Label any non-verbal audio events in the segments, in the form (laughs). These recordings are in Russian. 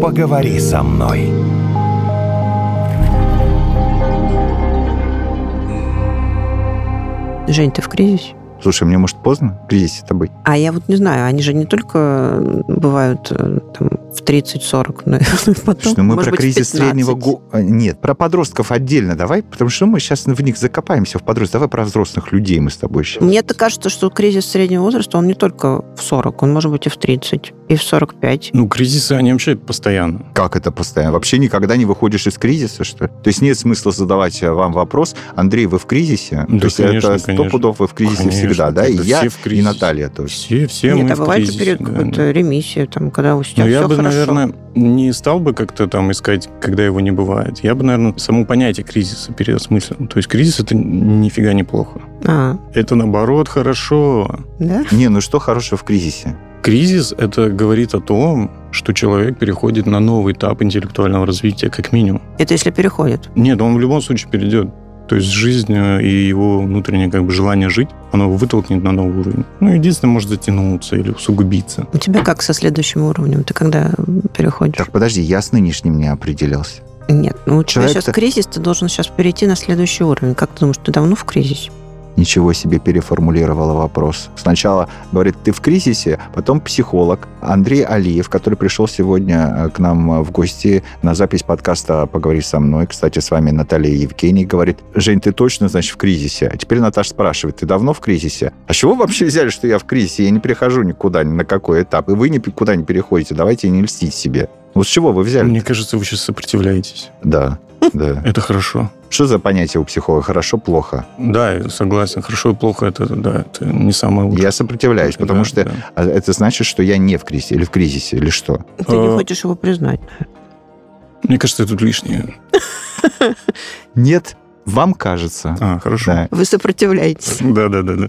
поговори со мной. Жень, ты в кризисе? Слушай, мне, может, поздно в кризисе-то быть? А я вот не знаю, они же не только бывают э, там, в 30-40, но и (laughs) потом, Слушай, ну мы может про быть, в кризис 15. среднего года... Нет, про подростков отдельно давай, потому что мы сейчас в них закопаемся, в подростков. Давай про взрослых людей мы с тобой сейчас. Мне так кажется, что кризис среднего возраста, он не только в 40, он может быть и в 30, и в 45. Ну, кризисы, они вообще постоянно. Как это постоянно? Вообще никогда не выходишь из кризиса, что ли? То есть нет смысла задавать э, вам вопрос, Андрей, вы в кризисе? Да, То есть конечно, это сто конечно. пудов вы в кризисе Конечно, всегда, да? И это я, все в и кризисе. Наталья тоже. Все, все Нет, мы а в бывает и кризисе, период да. какой-то ремиссии, там, когда у тебя Но я все бы, хорошо. наверное, не стал бы как-то там искать, когда его не бывает. Я бы, наверное, само понятие кризиса переосмыслил. То есть кризис — это нифига неплохо. А, Это, наоборот, хорошо. да? Не, ну что хорошего в кризисе? Кризис — это говорит о том, что человек переходит на новый этап интеллектуального развития, как минимум. Это если переходит. Нет, он в любом случае перейдет. То есть жизнь э, и его внутреннее как бы, желание жить, оно его вытолкнет на новый уровень. Ну, единственное, может затянуться или усугубиться. У тебя как со следующим уровнем? Ты когда переходишь? Так, подожди, я с нынешним не определился. Нет, ну у тебя Человек-то- сейчас кризис, ты должен сейчас перейти на следующий уровень. Как ты думаешь, ты давно в кризисе? Ничего себе переформулировала вопрос. Сначала говорит, ты в кризисе, потом психолог Андрей Алиев, который пришел сегодня э, к нам э, в гости на запись подкаста «Поговори со мной». Кстати, с вами Наталья Евгений говорит, Жень, ты точно, значит, в кризисе? А теперь Наташа спрашивает, ты давно в кризисе? А с чего вы вообще взяли, что я в кризисе? Я не перехожу никуда, ни на какой этап. И вы никуда не переходите, давайте не льстить себе. Вот с чего вы взяли? Мне кажется, вы сейчас сопротивляетесь. Да, да. Это хорошо. Что за понятие у психолога «хорошо-плохо»? Да, я согласен. Хорошо и плохо это, да, это не самое лучшее. Я сопротивляюсь, потому Да, что да. А это значит, что я не в кризисе или в кризисе, или что? Ты не Э, хочешь его признать. Мне кажется, это тут лишнее. Нет, вам кажется. А, хорошо. Да. Вы сопротивляетесь. Да, да, да. да.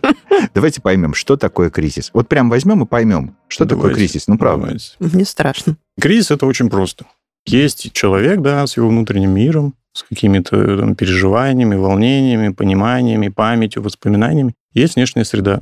Давайте поймем, что такое кризис. Вот прям возьмем и поймем, что такое Давайте. кризис. Ну, правда. Давайте. Мне страшно. Кризис это очень просто. Есть человек, да, с его внутренним миром, с какими-то э, там, переживаниями, волнениями, пониманиями, памятью, воспоминаниями. Есть внешняя среда.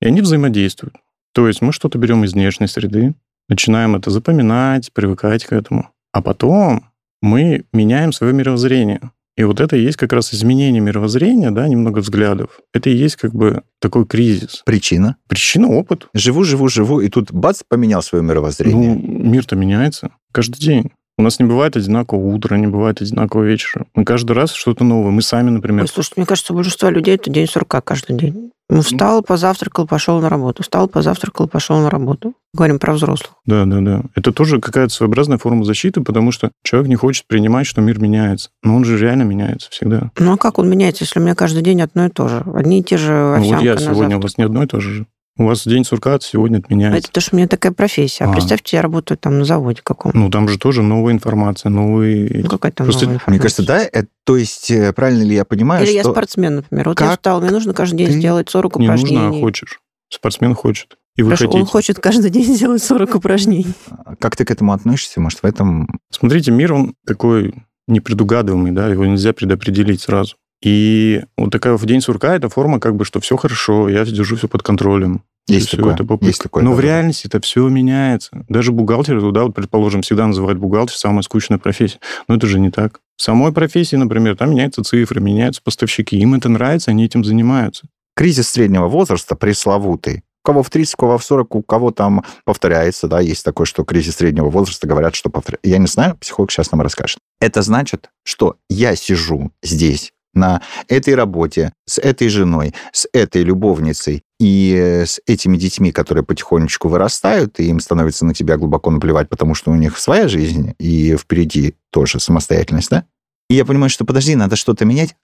И они взаимодействуют. То есть мы что-то берем из внешней среды, начинаем это запоминать, привыкать к этому. А потом мы меняем свое мировоззрение. И вот это и есть как раз изменение мировоззрения, да, немного взглядов. Это и есть как бы такой кризис. Причина. Причина — опыт. Живу, живу, живу, и тут бац, поменял свое мировоззрение. Ну, мир-то меняется каждый день. У нас не бывает одинакового утра, не бывает одинакового вечера. Мы каждый раз что-то новое. Мы сами, например... Ой, слушайте, мне кажется, у большинства людей это день сурка каждый день. Ну, встал, позавтракал, пошел на работу. Встал, позавтракал, пошел на работу. Говорим про взрослых. Да, да, да. Это тоже какая-то своеобразная форма защиты, потому что человек не хочет принимать, что мир меняется. Но он же реально меняется всегда. Ну, а как он меняется, если у меня каждый день одно и то же? Одни и те же Ну, овсянка вот я на сегодня, у завтрак. вас не одно и то же же. У вас день сурка а сегодня отменяется. Это то, что у меня такая профессия. А, А. представьте, я работаю там на заводе каком. Ну, там же тоже новая информация, новые... Ну, какая там просто новая Мне информация. кажется, да, это- то есть, э, правильно ли я понимаю, Или я что... спортсмен, например. Вот я Как встал, мне нужно каждый день ты сделать 40 Не упражнений. нужно, а хочешь. Спортсмен хочет. И вы Ну, Хорошо, хотите. Он хочет каждый день (laughs) сделать 40 упражнений. Как ты к этому относишься? Может, в этом... Смотрите, мир, он такой непредугадываемый, да, его нельзя предопределить сразу. И вот такая в день сурка это форма как бы, что все хорошо, я держу все под контролем. Есть Всё такое. это попытка. Есть такое. Но в да. реальности это все меняется. Даже бухгалтер, туда, вот, предположим, всегда называют бухгалтер самая скучная профессия. Но это же не так. В самой профессии, например, там меняются цифры, меняются поставщики. Им это нравится, они этим занимаются. Кризис среднего возраста пресловутый. У кого в 30, у кого в 40, у кого там повторяется, да, есть такое, что кризис среднего возраста, говорят, что повторяется. Я не знаю, психолог сейчас нам расскажет. Это значит, что я сижу здесь, на этой работе, с этой женой, с этой любовницей и э, с этими детьми, которые потихонечку вырастают, и им становится на тебя глубоко наплевать, потому что у них своя жизнь, и впереди тоже самостоятельность, да? И я понимаю, что подожди, надо что-то менять,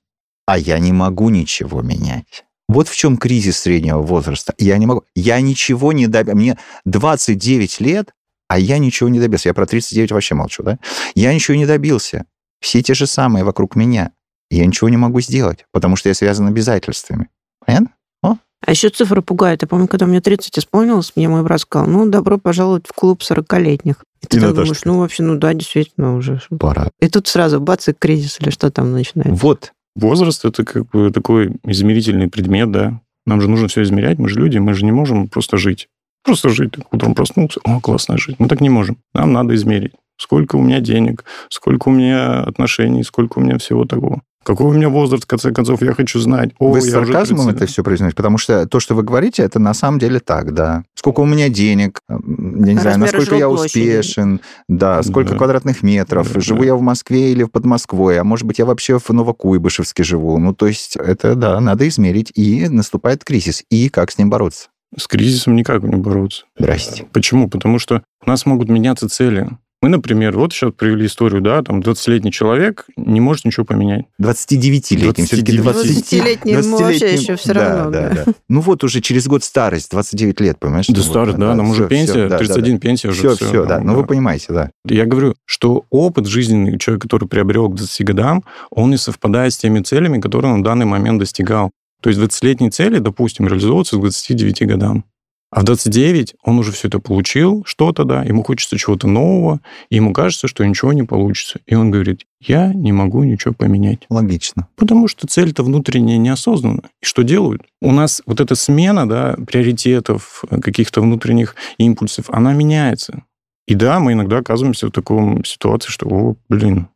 а я не могу ничего менять. Вот в чем кризис среднего возраста. Я не могу. Я ничего не добился. Мне 29 лет, а я ничего не добился. Я про 39 вообще молчу, да? Я ничего не добился. Все те же самые вокруг меня. И Я ничего не могу сделать, потому что я связан обязательствами. Понятно? А еще цифры пугают. Я помню, когда мне 30 исполнилось, мне мой брат сказал, ну, добро пожаловать в клуб 40-летних. И ты И так Наташа думаешь, ну, вообще, ну да, действительно уже. Пора. И тут сразу бац, и кризис или что там начинается. Вот. Возраст это как бы такой измерительный предмет, да. Нам же нужно все измерять, мы же люди, мы же не можем просто жить. Просто жить. Утром проснулся, о, классно жить. Мы так не можем. Нам надо измерить, сколько у меня денег, сколько у меня отношений, сколько у меня всего такого. Какой у меня возраст, в конце концов, я хочу знать. О, Вы я с уже сарказмом 30. это все произносите, потому что то, что вы говорите, это на самом деле так, да. Сколько у меня денег, м, я не знаю, Размеры насколько я жилплощади. успешен, да, сколько Да. квадратных метров, Да, живу да. я в Москве или в Подмосковье, а может быть, я вообще в Новокуйбышевске живу. Ну, то есть это, да, надо измерить, и наступает кризис, и как с ним бороться. С кризисом никак не бороться. Здрасте. Почему? Потому что у нас могут меняться цели. Мы, например, вот сейчас привели историю, да, там 20-летний человек не может ничего поменять. 29-летним, все-таки 20 20-летним вообще еще всё равно, Да, да. да, да. Ну вот уже через год старость, 29 лет, понимаешь? Да Ну, вот, старость, да, нам всё, уже всё, пенсия, да, да, да. 31 пенсия уже. Все, все, да. там, Ну вы понимаете, да. Я говорю, что опыт жизненный у человека, который приобрел к 20 годам, он не совпадает с теми целями, которые он в данный момент достигал. То есть 20-летние цели, допустим, реализовываются к 29 годам. А в 29 он уже все это получил, что-то, да, ему хочется чего-то нового, и ему кажется, что ничего не получится. И он говорит, я не могу ничего поменять. Логично. Потому что цель-то внутренняя неосознанна. И что делают? У нас вот эта смена да, приоритетов, э, каких-то внутренних импульсов, она меняется. И да, мы иногда оказываемся в таком ситуации, что, о, блин,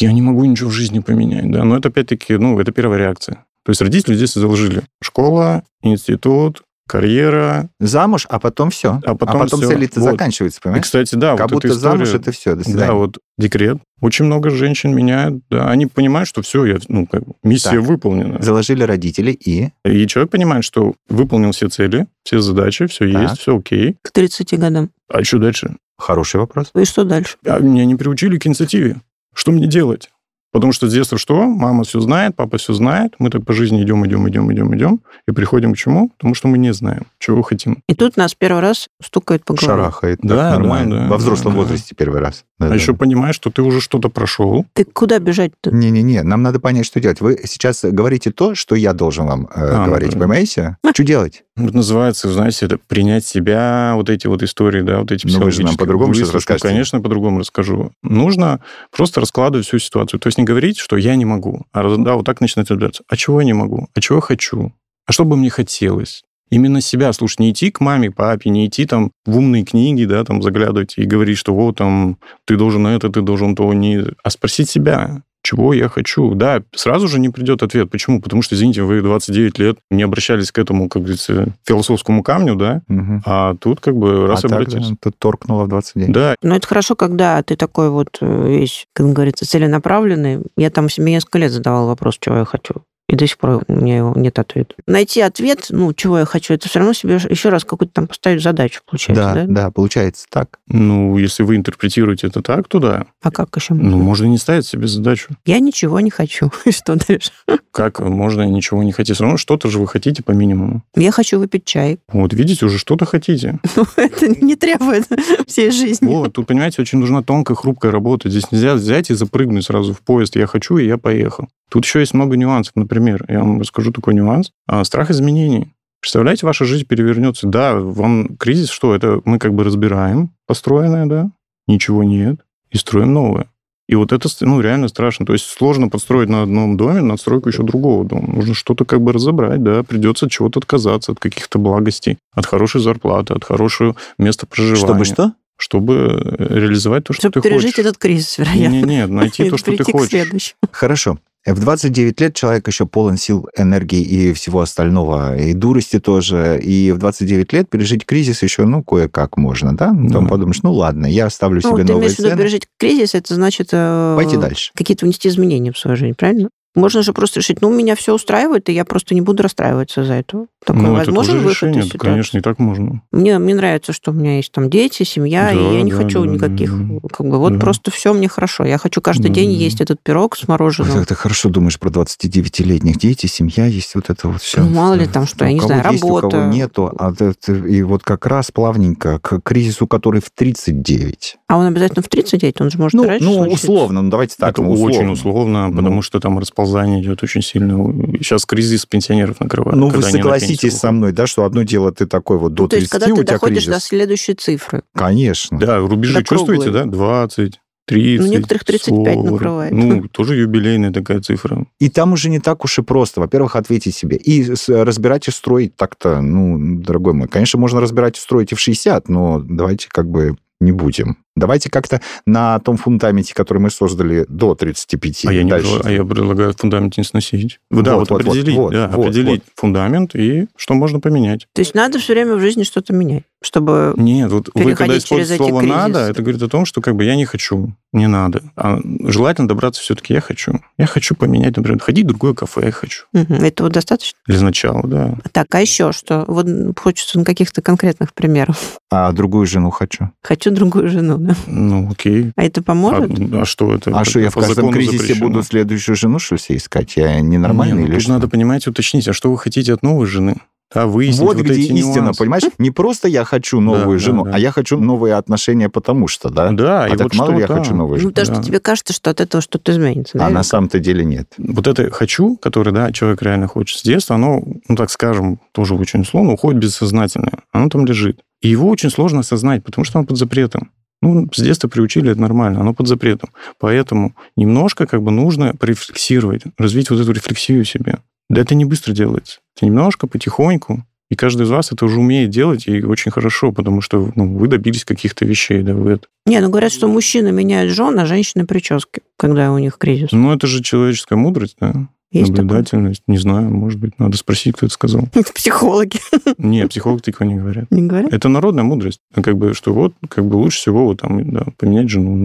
я не могу ничего в жизни поменять. Да? Но это опять-таки, ну, это первая реакция. То есть родители здесь заложили. Школа, институт, карьера. Замуж, а потом все. А потом всё. цели-то Вот. заканчиваются, И, понимаешь? кстати, да, как вот будто эта история... замуж это все. До свидания. Да, вот декрет. Очень много женщин меняют. Да, они понимают, что все, я, ну, как бы, миссия Так. выполнена. Заложили родители и... И человек понимает, что выполнил все цели, все задачи, все Так. есть, все окей. К 30 годам. А что дальше? Хороший вопрос. И что дальше? А меня не приучили к инициативе. Что мне делать? Потому что с детства что? Мама все знает, папа все знает. Мы так по жизни идем, идем, идем, идем, идем. И приходим к чему? Потому что мы не знаем, чего хотим. И тут нас первый раз стукают по голове. Шарахает. Да, так да, нормально. да, Во взрослом да, да. возрасте первый раз. Да, а да, еще да. понимаешь, что ты уже что-то прошел. Ты куда бежать-то? Не-не-не, нам надо понять, что делать. Вы сейчас говорите то, что я должен вам э, А, говорить, ну да. (laughs) понимаете? Что делать? Это называется, знаете, это принять себя, вот эти вот истории, да, вот эти Ну, вы же нам психологические по-другому сейчас выставки. расскажете. Конечно, по-другому расскажу. Нужно просто раскладывать всю ситуацию. То есть не говорить, что я не могу, а раз- да, вот так начинать разбираться. А чего я не могу? А чего я хочу? А что бы мне хотелось? Именно себя слушать, не идти к маме, папе, не идти там в умные книги, да, там заглядывать и говорить, что вот там ты должен это, ты должен то, не... А спросить себя, чего я хочу. Да, сразу же не придет ответ. Почему? Потому что, извините, вы 29 лет не обращались к этому, как говорится, философскому камню, да, Мгм. а тут как бы раз а так, ну, обратился. да, тут торкнуло в 29. Да, Но Ну, это хорошо, когда ты такой вот э, весь, как говорится, целенаправленный. Я там себе несколько лет задавал вопрос, чего я хочу. И до сих пор у меня его нет ответа. Найти ответ, ну, чего я хочу, это все равно себе еще раз какую-то там поставить задачу, получается, да? да, да, получается так. ну, если вы интерпретируете это так, то да. А как еще? Ну, можно и не ставить себе задачу. Я ничего не хочу. (laughs) И Что дальше? Как можно ничего не хотеть? Все равно что-то же вы хотите по минимуму. Я хочу выпить чай. (laughs) Вот, видите, уже что-то хотите. Ну, это не требует всей жизни. Вот, тут, понимаете, очень нужна тонкая, хрупкая работа. Здесь нельзя взять и запрыгнуть сразу в поезд «я хочу» и «я поехал». Тут еще есть много нюансов. Например, я вам расскажу такой нюанс. а, Страх изменений. Представляете, ваша жизнь перевернется. Да, вам кризис, что это мы как бы разбираем построенное, да, ничего нет, и строим новое. И вот это, ну, реально страшно. То есть сложно подстроить на одном доме надстройку еще другого дома. Нужно что-то как бы разобрать, да, придется от чего-то отказаться, от каких-то благостей, от хорошей зарплаты, от хорошего места проживания Чтобы что? чтобы э, реализовать то, что Чтобы ты пережить хочешь. этот кризис, вероятно. Не, (laughs) не, найти И то, что ты прийти к хочешь. следующему. Хорошо. Э, В 29 лет человек еще полон сил, энергии и всего остального, и дурости тоже. И в 29 лет пережить кризис еще, ну, кое-как можно, да? Потом Да. подумаешь, ну, ладно, я оставлю Ну, себе ты новые имеешь в виду цены. пережить кризис, это значит... э, Пойти дальше. Какие-то внести изменения в свою жизнь, правильно? Можно же просто решить, ну, меня все устраивает, и я просто не буду расстраиваться за это. Такой Ну, это возможен тоже выход решение, из да, ситуации. конечно, и так можно. Мне, мне нравится, что у меня есть там дети, семья, Да, и я не да, хочу да, да, никаких, да. как бы, вот Да. просто все мне хорошо. Я хочу каждый Да, день да, да. есть этот пирог с Ой, мороженым. как ты хорошо думаешь про 29-летних. Дети, семья есть, вот это вот все. Ну, мало ли там что, я У не кого знаю, есть, У кого работа. нету. А ты- ты- и вот как раз плавненько к кризису, который в 39. А он обязательно в 39, он же может ну, раньше ну, случиться. условно, ну, давайте так. это ну, очень условно, Ну. потому что там расползание идет очень сильно. Сейчас кризис пенсионеров накрывает. Ну, вы типа, когда они на пенсию согласитесь со мной, да, что одно дело ты такой вот до Ну, то есть, 30, когда ты у тебя доходишь кризис. до следующей цифры. Конечно. выходят. Да, рубежи До круглой. чувствуете, да? 20, 30, Ну, некоторых 35 40. накрывает. (laughs) Ну, тоже юбилейная такая цифра. И там уже не так уж и просто. Во-первых, ответить себе. И с- разбирать и строить так-то, ну, дорогой мой. Конечно, можно разбирать и строить и в 60, но давайте как бы не будем. Давайте как-то на том фундаменте, который мы создали до 35. А я, не дальше. предлагаю- а я предлагаю фундамент не сносить. да, Вот, вот, вот, вот, определить, вот, да, вот, определить фундамент и что можно поменять. То есть надо все время в жизни что-то менять, чтобы... Нет, вот вы Переходить когда через используете эти слово кризисы. «надо», это говорит о том, что как бы я не хочу, не надо. А желательно добраться все-таки «я хочу». Я хочу поменять, например, ходить в другое кафе «я хочу». Мгм. Этого достаточно? Для начала, да. Так, а еще что? Вот хочется ну, каких-то конкретных примеров. (laughs) А другую жену хочу. Хочу другую жену, да? Ну, окей. А это А, поможет? а что это? А что, я в По каждом закону кризисе запрещено. буду следующую жену, что ли, себе искать? Я ненормальный Не, ну, или тут что? надо, понимаете, уточнить, а что вы хотите от новой жены? А выяснить Вот, вот, где эти истина, нюансы. понимаешь? Не просто я хочу новую да, жену, да. Ну а я хочу новые отношения, потому что, да? Да, Ну, а и так вот мало что ли я там? хочу новую Ну, жену. потому что да. тебе кажется, что от этого что-то изменится, да? А на самом-то деле нет. вот это «хочу», которое, да, человек реально хочет с детства, оно, ну, так скажем, тоже очень сложно, уходит бессознательное. Оно там лежит. И его очень сложно осознать, потому что оно под запретом. Ну, с детства приучили, это нормально, оно под запретом. Поэтому немножко как бы нужно рефлексировать, развить вот эту рефлексию в себе. Да это не быстро делается. Это немножко, потихоньку. И каждый из вас это уже умеет делать, и очень хорошо, потому что ну, вы добились каких-то вещей, да, вы это Не, ну говорят, что мужчины меняют жен, а женщины прически, когда у них кризис. Ну, это же человеческая мудрость, да? Есть такое? Наблюдательность. Не знаю, может быть, надо спросить, кто это сказал. (laughs) Психологи Не, психолог такого не говорят. не говорят? Это народная мудрость. А Как бы, что вот, как бы лучше всего вот там, да, поменять жену.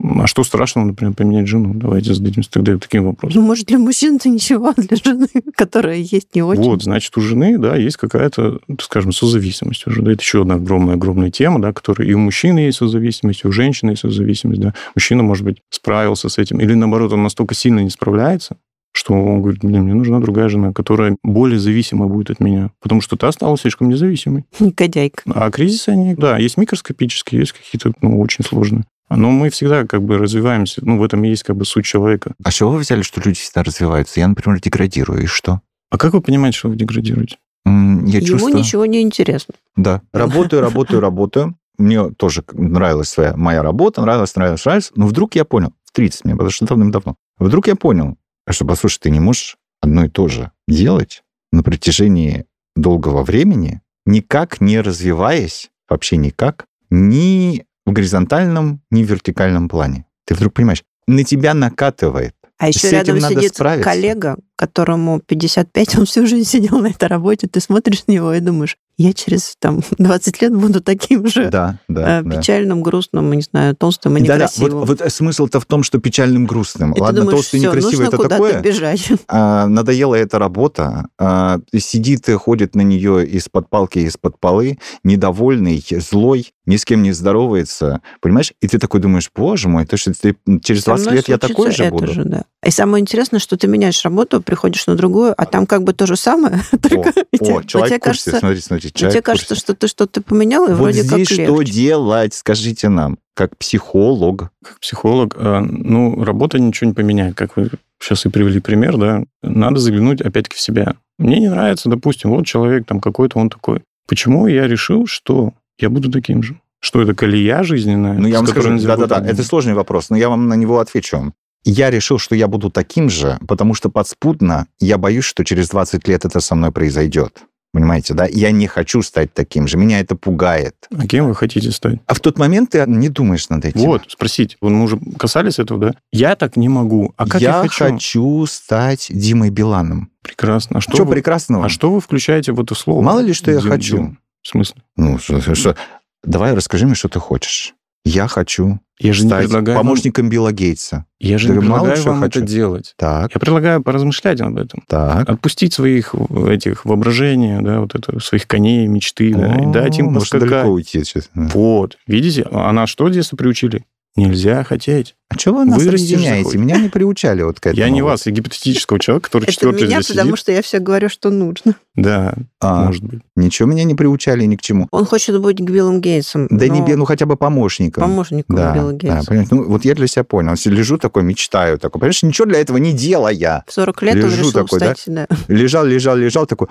Ну, а что страшного, например, поменять жену? Давайте зададимся тогда таким вопросом. Ну, может, для мужчин-то ничего, а для жены, (laughs) которая есть, не Ну, очень. Вот, значит, у жены, да, есть какая-то, так скажем, созависимость уже, да, это еще одна огромная-огромная тема, да, которая и у мужчины есть созависимость, и у женщины есть созависимость, да. Мужчина, может быть, справился с этим, или, наоборот, он настолько сильно не справляется, что он говорит, блин, мне нужна другая жена, которая более зависима будет от меня, потому что та стала слишком независимой. Негодяйка. А кризисы, они, да, есть микроскопические, есть какие-то, ну, очень сложные. Но мы всегда как бы развиваемся, ну, в этом и есть как бы суть человека. А с чего вы взяли, что люди всегда развиваются? Я, например, деградирую, и что? А как вы понимаете, что вы деградируете? М, Я Ему чувствую... ничего не интересно. Да. Работаю, работаю, работаю. Мне тоже нравилась своя, моя работа, нравилась, нравилась, нравилась. Но вдруг я понял, в 30 мне, потому что давным-давно, вдруг я понял, что, послушай, ты не можешь одно и то же делать на протяжении долгого времени, никак не развиваясь, вообще никак, ни в горизонтальном, ни в вертикальном плане. Ты вдруг понимаешь, на тебя накатывает. А еще С этим рядом надо сидит справиться. коллега, которому 55, он всю жизнь (laughs) сидел на этой работе, ты смотришь на него и думаешь, я через там (laughs) 20 лет буду таким же Да, да, э, да. печальным, грустным, не знаю, толстым и Да-да, вот- некрасивым. вот, э, смысл-то в том, что печальным грустным. И Ладно, ты думаешь, толстый все, некрасивый нужно это куда-то такое. (laughs) бежать. а, надоела эта работа, а, сидит и ходит на нее из-под палки, из-под полы, недовольный, злой, ни с кем не здоровается, понимаешь? И ты такой думаешь, боже мой, то что ты- через Со 20 мной лет я случится такой же это буду. же, да. И самое интересное, что ты меняешь работу, приходишь на другую, а там как бы то же самое, (laughs) только и тебе- О, но человек тебе в курсе, кажется, смотри, смотри, (laughs) но человек тебе в кажется, курсе. что ты что-то поменял, и Вот вроде как здесь что легче. делать, скажите нам, как психолог. как психолог, э, ну, работа ничего не поменяет, как вы сейчас и привели пример, да. Надо заглянуть опять-таки в себя. Мне не нравится, допустим, вот человек там какой-то, он такой. Почему я решил, что я буду таким же? Что это колея жизненная? Ну, я с вам которой скажу, нельзя да-да-да, выпрыгнуть? это сложный вопрос, но я вам на него отвечу. Я решил, что я буду таким же, потому что подспудно я боюсь, что через 20 лет это со мной произойдет. Понимаете, да? Я не хочу стать таким же, меня это пугает. А кем вы хотите стать? А в тот момент ты не думаешь над этим. Вот, спросить. Вот Мы уже касались этого, да? Я так не могу. А как я, я хочу? хочу? стать Димой Биланом. Прекрасно. А что, Что вы... прекрасного? а что вы включаете в это слово? Мало ли, что я Дим, хочу. Дим, В смысле? Ну, что- что- что? давай расскажи мне, что ты хочешь. Я хочу Я же не стать предлагаю... вам- помощником Билла Гейтса. Я же Да не мало предлагаю что вам это хочу. делать. Так, Я предлагаю поразмышлять об этом. так. отпустить своих этих воображения, да, вот это, своих коней, мечты, да, и О, дать им может, далеко поскакать. уйти. сейчас. Вот, видите, а нас что в детстве приучили? Нельзя хотеть. А чего вы нас Вырастешь разъединяете? такой. Меня не приучали вот к этому. Я не вот. вас, я гипотетического человека, который Это четвертый меня, здесь потому сидит. что я все говорю, что нужно. Да, А, может быть. Ничего меня не приучали ни к чему. Он хочет быть к Биллом Гейтсом. Да но не бе- ну хотя бы помощником. Помощником да, Билла да, Гейтса. понимаешь? Ну, вот я для себя понял. Я Лежу такой, мечтаю такой. Понимаешь, ничего для этого не делая. В 40 лет он Лежу решил такой, да? стать... да. Лежал, лежал, лежал такой.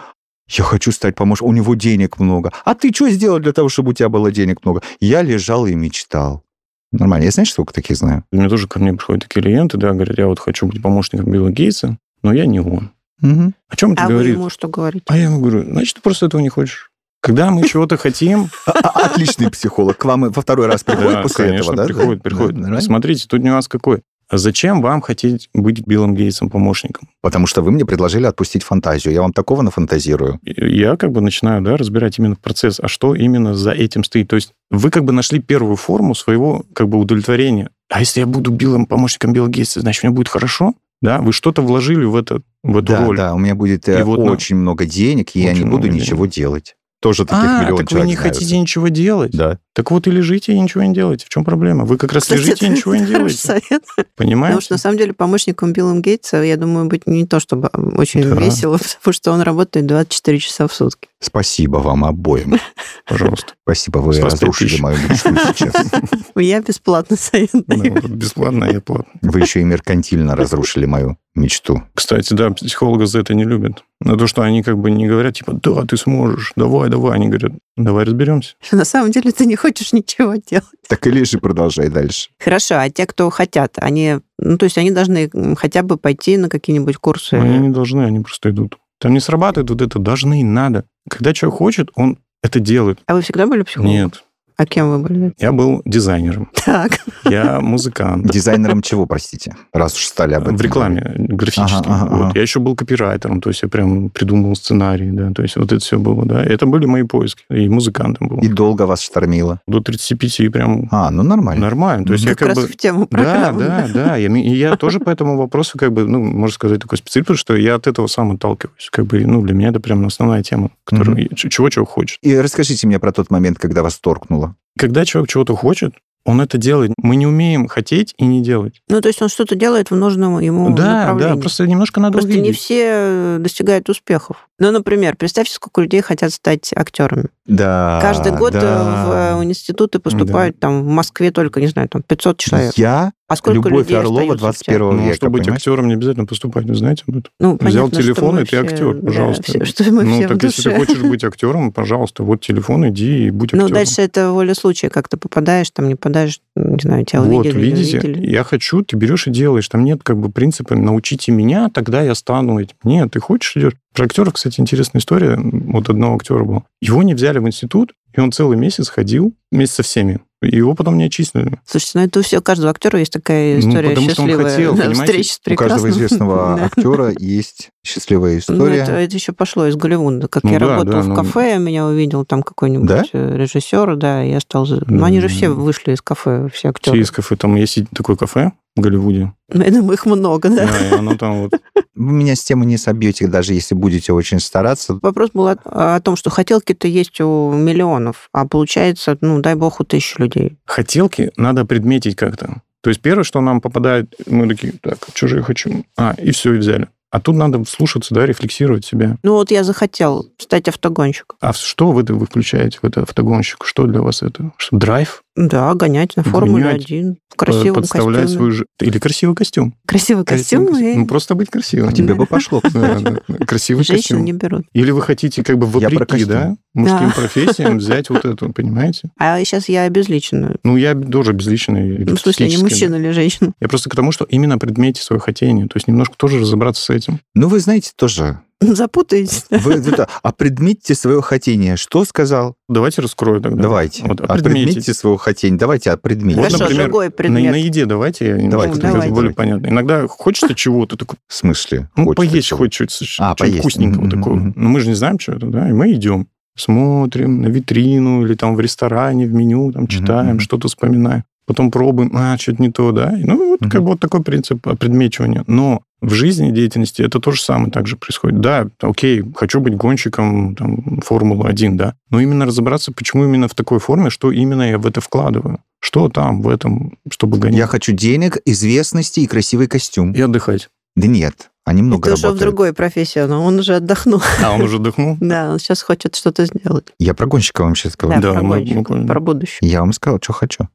Я хочу стать помощником, у него денег много. А ты что сделал для того, чтобы у тебя было денег много? Я лежал и мечтал. Нормально. Я знаешь, сколько таких знаю? У меня тоже ко мне приходят такие клиенты, да, говорят, я вот хочу быть помощником Билла Гейтса, но я не он. Мгм. О чем это А вы говорит? ему что говорите? А я ему говорю, значит, ты просто этого не хочешь. Когда мы чего-то хотим, А, Отличный психолог. К вам во второй раз (laughs) приходит Да, после конечно, этого, да? приходит, Да, приходит. нормально? Смотрите, тут нюанс какой. А Зачем вам хотеть быть Биллом Гейтсом помощником? Потому что вы мне предложили отпустить фантазию. Я вам такого нафантазирую. И Я как бы начинаю да, разбирать именно процесс, а что именно за этим стоит. То есть вы как бы нашли первую форму своего как бы удовлетворения. А если я буду Биллом, помощником Билла Гейтса, значит, мне будет хорошо? Да, вы что-то вложили в, это, в эту Да, роль. да, у меня будет И э, вот, ну, очень много денег, и я очень не буду много ничего делать. Тоже таких а, миллион так вы человек не знают. хотите ничего делать. Да. Так вот и лежите и ничего не делаете. В чем проблема? Вы как раз Кстати, лежите и это- ничего это не (laughs) хороший делаете. совет. Потому что, Понимаете? на самом деле, помощником Билла Гейтса, я думаю, быть не то чтобы очень Да. весело, (laughs) потому что он работает 24 часа в сутки. Спасибо вам (laughs) обоим. (laughs) Пожалуйста. Спасибо, вы С вас разрушили 5000. мою мечту сейчас. (laughs) Я бесплатно (laughs) совет Да, даю. вот Бесплатно и платно. Вы еще и меркантильно разрушили мою мечту. Кстати, да, психологов за это не любят. На то, что они как бы не говорят, типа, да, ты сможешь, давай, давай. Они говорят, давай разберемся. На самом деле, ты не хочешь ничего делать. Так и лежи, продолжай дальше. Хорошо, а те, кто хотят, они, ну, то есть они должны м, хотя бы пойти на какие-нибудь курсы. Они не должны, они просто идут. Там не срабатывает вот это должны и надо. Когда человек хочет, он это делает. А вы всегда были психологом? Нет, А кем вы были? (laughs) я был дизайнером, Так. я музыкант. (laughs) Дизайнером чего, простите? Раз уж стали об этом. В рекламе графически. Ага, ага, Вот. ага. Я еще был копирайтером, то есть я прям придумывал сценарий, да, то есть вот это все было, да. Это были мои поиски. И музыкантом был. И долго вас штормило. До 35 прям А, ну нормально. нормально. То есть я Как как раз бы... в тему Да, программы. да, да. Я, ми- и я тоже по этому вопросу, как бы, ну, можно сказать, такой специалист, потому что я от этого сам отталкиваюсь. Как бы, ну, для меня это прям основная тема, которую я- ч- чего человек хочет. И расскажите мне про тот момент, когда вас торкнуло. Когда человек чего-то хочет, он это делает. Мы не умеем хотеть и не делать. Ну, то есть он что-то делает в нужном ему да, направлении. да, просто немножко надо Просто не увидеть. все э, достигают успехов. Ну, например, представьте, сколько людей хотят стать актерами. А, Да. Каждый год э, да. в э, институты поступают там в Москве только, не знаю, там 500 человек. Я А сколько Любовь людей Орлова остаются в 21 театре? Ну, а века, чтобы быть понимаешь? актером, не обязательно поступать, вы знаете об этом? Ну, Взял понятно, что телефон, мы и ты все- актер, да, пожалуйста. все- что мы ну, все в так если ты душе. хочешь быть актером, пожалуйста, вот телефон, иди и будь Ну, актером. дальше это воля случая, как ты попадаешь, там не попадаешь, не знаю, тебя вот, увидели, не видите, увидели. я хочу, ты берешь и делаешь. Там нет как бы принципа «научите меня, тогда я стану этим». Нет, ты хочешь, идешь. Про актеров, кстати, интересная история. Вот одного актера был. Его не взяли в институт, и он целый месяц ходил вместе со всеми. И Его потом не отчислили. Слушайте, ну это у всего, у каждого актера есть такая Ну, история потому что он счастливая хотел, да, (laughs) понимаете, встреча с у каждого прекрасным. известного (laughs) Да. актера есть счастливая Ну, это, история. это еще пошло из Голливуда. Как Ну я да, работала да, в ну- кафе, меня увидел там какой-нибудь Да? э, режиссер, да, и я стал... за- Ну, они же все М. вышли из кафе, все актеры. Все из кафе. Там есть такое кафе в Голливуде. Ну, Я думаю, их много, да. Да, и оно там вот... Вы меня с темы не собьете, даже если будете очень стараться. Вопрос был о, о том, что хотелки-то есть у миллионов, а получается, ну, дай бог, у тысячи людей. Хотелки надо предметить как-то. То есть первое, что нам попадает, мы такие, так, что же я хочу? А, и все, и взяли. А тут надо слушаться, да, рефлексировать себя. Ну, вот я захотел стать автогонщиком. А в- что вы, вы включаете в это автогонщик? Что для вас это? Что, драйв? Да, гонять на Гонять, Формуле-1 в Под- красивом Подставлять костюме. свою же... Или красивый костюм. Красивый костюм Красивый и Ну, просто быть красивым. А Тебе бы (laughs) пошло. Да, да, да. Красивый женщин костюм. не берут. Или вы хотите как бы Я про вопреки, костюм. да, мужским Да. профессиям взять вот эту, понимаете? А сейчас я обезличенную. Ну, я тоже безличный. Ну, в смысле, не эклектический. мужчина или женщина. (laughs) Я просто к тому, что именно предмете свое хотение. То есть немножко тоже разобраться с этим. Ну, вы знаете тоже. Запутаетесь. Вы, это- а предметьте свое хотение. Что сказал? Давайте раскрою тогда. Давайте. Вот, а предметьте опредметить. свое хотение. Давайте, а предметьте. Хорошо, например, другой На, на предмет. еде давайте, я немножко Давайте, так давайте. более понятно. Иногда хочется чего-то, такой, В смысле? Ну, Хочется поесть чего? хоть чуть, А, чуть поесть. вкусненького Мгм, такого. мгм. Но мы же не знаем, что это, да, и мы идем. Смотрим на витрину или там в ресторане, в меню, там читаем, мгм. что-то вспоминаем. Потом пробуем, а, что-то не то, да. И, Ну, вот, как Мгм. бы вот такой принцип а, предмечивания. Но в жизни деятельности это то же самое также происходит. Да, окей, хочу быть гонщиком там, Формулы-1, да. Но именно разобраться, почему именно в такой форме, что именно я в это вкладываю. Что там в этом, чтобы гонять. Я хочу денег, известности и красивый костюм. И отдыхать. Да нет, они много Это уже в работают. другой профессии, но он уже отдохнул. (laughs) А он уже (laughs) отдохнул? Да, он сейчас хочет что-то сделать. Я про гонщика вам сейчас говорю. Да, Да, про мы- гонщика, мы поняли. про будущее. Я вам сказал, что хочу.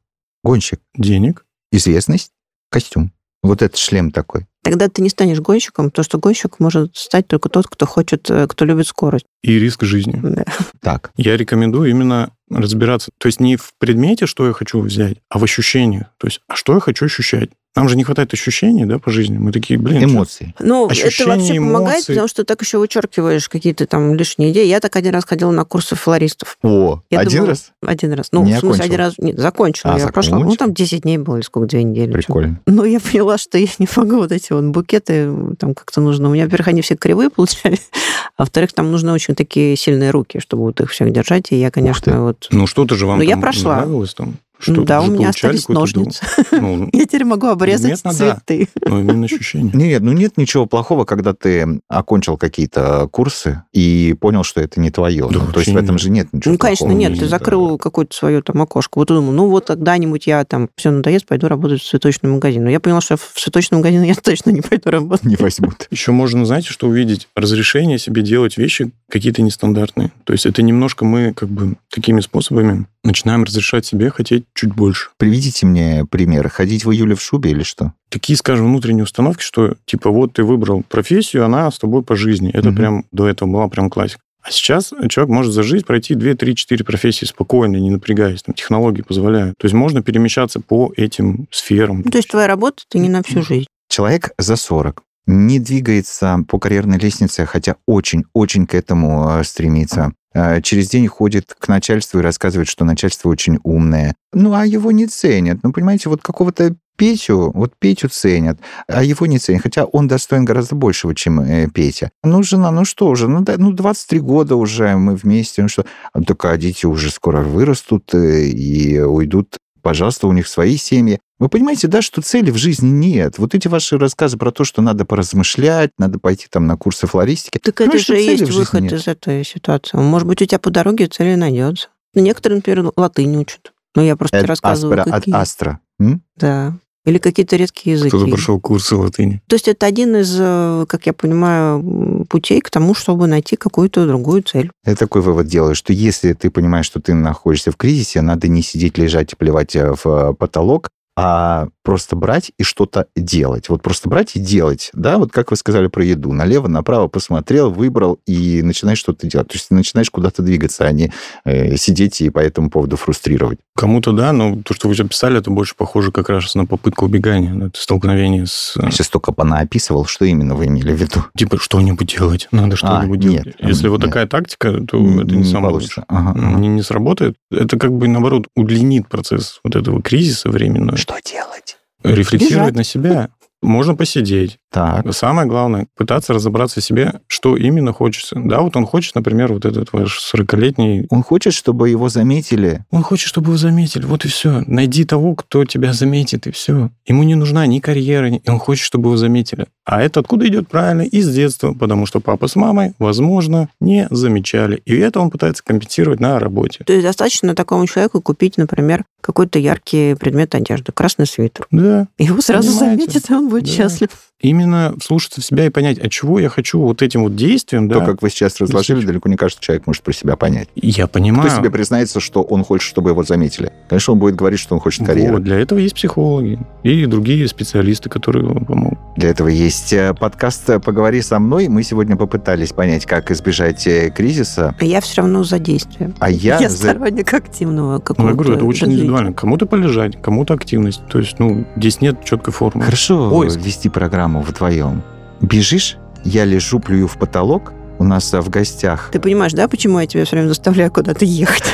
Гонщик, Денег. известность, костюм. Вот этот шлем такой. Тогда ты не станешь гонщиком, потому что гонщик может стать только тот, кто хочет, э, кто любит скорость. и риск жизни. Да. Так, Я рекомендую именно разбираться. То есть не в предмете, что я хочу взять, а в ощущении. То есть, а что я хочу ощущать? Нам же не хватает ощущений, да, по жизни. Мы такие, блин, чё- Эмоции. Ну, это Ощущение вообще помогает, эмоций. потому что так еще вычеркиваешь какие-то там лишние идеи. Я так один раз ходила на курсы флористов. О, Я один думала- раз? Один раз. Ну, Не в смысле, окончила. один раз. Нет, закончила. А, я прошла. Ну, закончила. там 10 дней было, или сколько, две недели. Прикольно. Но я поняла, что я не могу вот эти вот букеты там как-то нужно. У меня, во-первых, они все кривые получались, (laughs) а во-вторых, там нужны очень такие сильные руки, чтобы вот их всех держать. И я, ты. конечно, вот... Ну что-то же вам Ну, я там прошла. нравилось там? Ну Что-то да, же у меня получали остались какую-то долю. ножницы. (laughs) Ну, Я теперь могу обрезать Предметно, да. цветы. ну, именно ощущение. Нет, ну нет ничего плохого, когда ты окончил какие-то курсы и понял, что это не твое. Да Ну, то есть вообще в этом нет. же нет ничего Ну, конечно, плохого. нет, ты да. закрыл какое-то свое там окошко. Вот думал, ну вот когда-нибудь я там все надоест, пойду работать в цветочный магазин. Но я поняла, что в цветочный магазин (laughs) я точно не пойду работать. Не возьмут. Еще можно, знаете, что увидеть? Разрешение себе делать вещи какие-то нестандартные. То есть это немножко мы как бы такими способами начинаем разрешать себе хотеть чуть больше. Приведите мне примеры. Ходить в июле в шубе или что? Такие, скажем, внутренние установки, что типа вот ты выбрал профессию, она с тобой по жизни. Это Мгм. прям до этого была прям классика. А сейчас человек может за жизнь пройти 2, 3, 4 профессии спокойно, не напрягаясь. Там технологии позволяют. То есть можно перемещаться по этим сферам. Ну, то есть твоя работа, ты не на всю жизнь. Человек за 40 не двигается по карьерной лестнице, хотя очень-очень к этому э, стремится. Э, Через день ходит к начальству и рассказывает, что начальство очень умное. Ну, а его не ценят. Ну, понимаете, вот какого-то Петю, вот Петю ценят, а его не ценят. Хотя он достоин гораздо большего, чем э, Петя. Ну, жена, ну что уже, ну, да, ну 23 года уже мы вместе, ну что. А Только а дети уже скоро вырастут э, и уйдут пожалуйста, у них свои семьи. Вы понимаете, да, что цели в жизни нет. Вот эти ваши рассказы про то, что надо поразмышлять, надо пойти там на курсы флористики. Так Понимаешь, это что же и цели в есть жизни выход нет. из этой ситуации. Может быть, у тебя по дороге цель и найдется. Ну, Некоторые, например, латынь учат. Ну, я просто тебе Эд рассказываю, аспера, ад какие. астра. Э, М? Да. Или какие-то редкие языки. Кто-то прошел курсы латыни. То есть это один из, э, как я понимаю, м, путей к тому, чтобы найти какую-то другую цель. Я такой вывод делаю, что если ты понимаешь, что ты находишься в кризисе, надо не сидеть, лежать и плевать э, в э, потолок, а просто брать и что-то делать. Вот просто брать и делать, да, вот как вы сказали про еду. Налево, направо посмотрел, выбрал и начинаешь что-то делать. То есть ты начинаешь куда-то двигаться, а не э, сидеть и по этому поводу фрустрировать. Кому-то да, но то, что вы описали, это больше похоже как раз на попытку убегания, на столкновение с... э, Я сейчас только понаописывал, что именно вы имели в виду. Типа, что-нибудь делать, надо что-нибудь делать. нет, Если вот нет. такая тактика, то это не Не самое получится. лучшее. Ага, ага. А, Не, не сработает. Это как бы, наоборот, удлинит процесс вот этого кризиса временного. Что делать? Рефлексировать Бежать. на себя. (laughs) Можно посидеть. Так, Самое главное, пытаться разобраться в себе, что именно хочется. Да, вот он хочет, например, вот этот ваш 40-летний... он хочет, чтобы его заметили. Он хочет, чтобы его заметили. Вот и все. Найди того, кто тебя заметит, и все. Ему не нужна ни карьера, ни- он хочет, чтобы его заметили. А это откуда идет правильно? Из детства, потому что папа с мамой, возможно, не замечали. И это он пытается компенсировать на работе. То есть достаточно такому человеку купить, например, какой-то яркий предмет одежды, красный свитер. (laughs) Да, Его сразу Понимаете? заметят, и он будет Да. счастлив. именно вслушаться в себя и понять, а чего я хочу вот этим вот действием, да, То, как вы сейчас разложили, Действительно. далеко не каждый человек может про себя понять. я Кто понимаю. себе признается, что он хочет, чтобы его заметили? Конечно, он будет говорить, что он хочет карьеры. Вот, для этого есть психологи и другие специалисты, которые вам помогут. Для этого есть э, подкаст э, «Поговори со мной». Мы сегодня попытались понять, как избежать э, кризиса. А я все равно за действие. А я, за- сторонник активного Ну, какого-то я э, говорю, это очень развития. индивидуально. Кому-то полежать, кому-то активность. То есть, ну, здесь нет четкой формы. Хорошо Поиск. вести программу вдвоем. Бежишь, я лежу, плюю в потолок. У нас э, в гостях Ты понимаешь, да, почему я тебя все время заставляю куда-то ехать?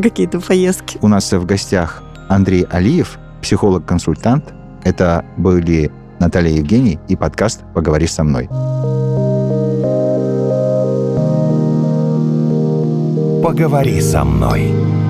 Какие-то поездки. У нас э, в гостях Андрей Алиев, психолог-консультант. Это были Наталья Евгений и подкаст «Поговори со мной». Поговори со мной.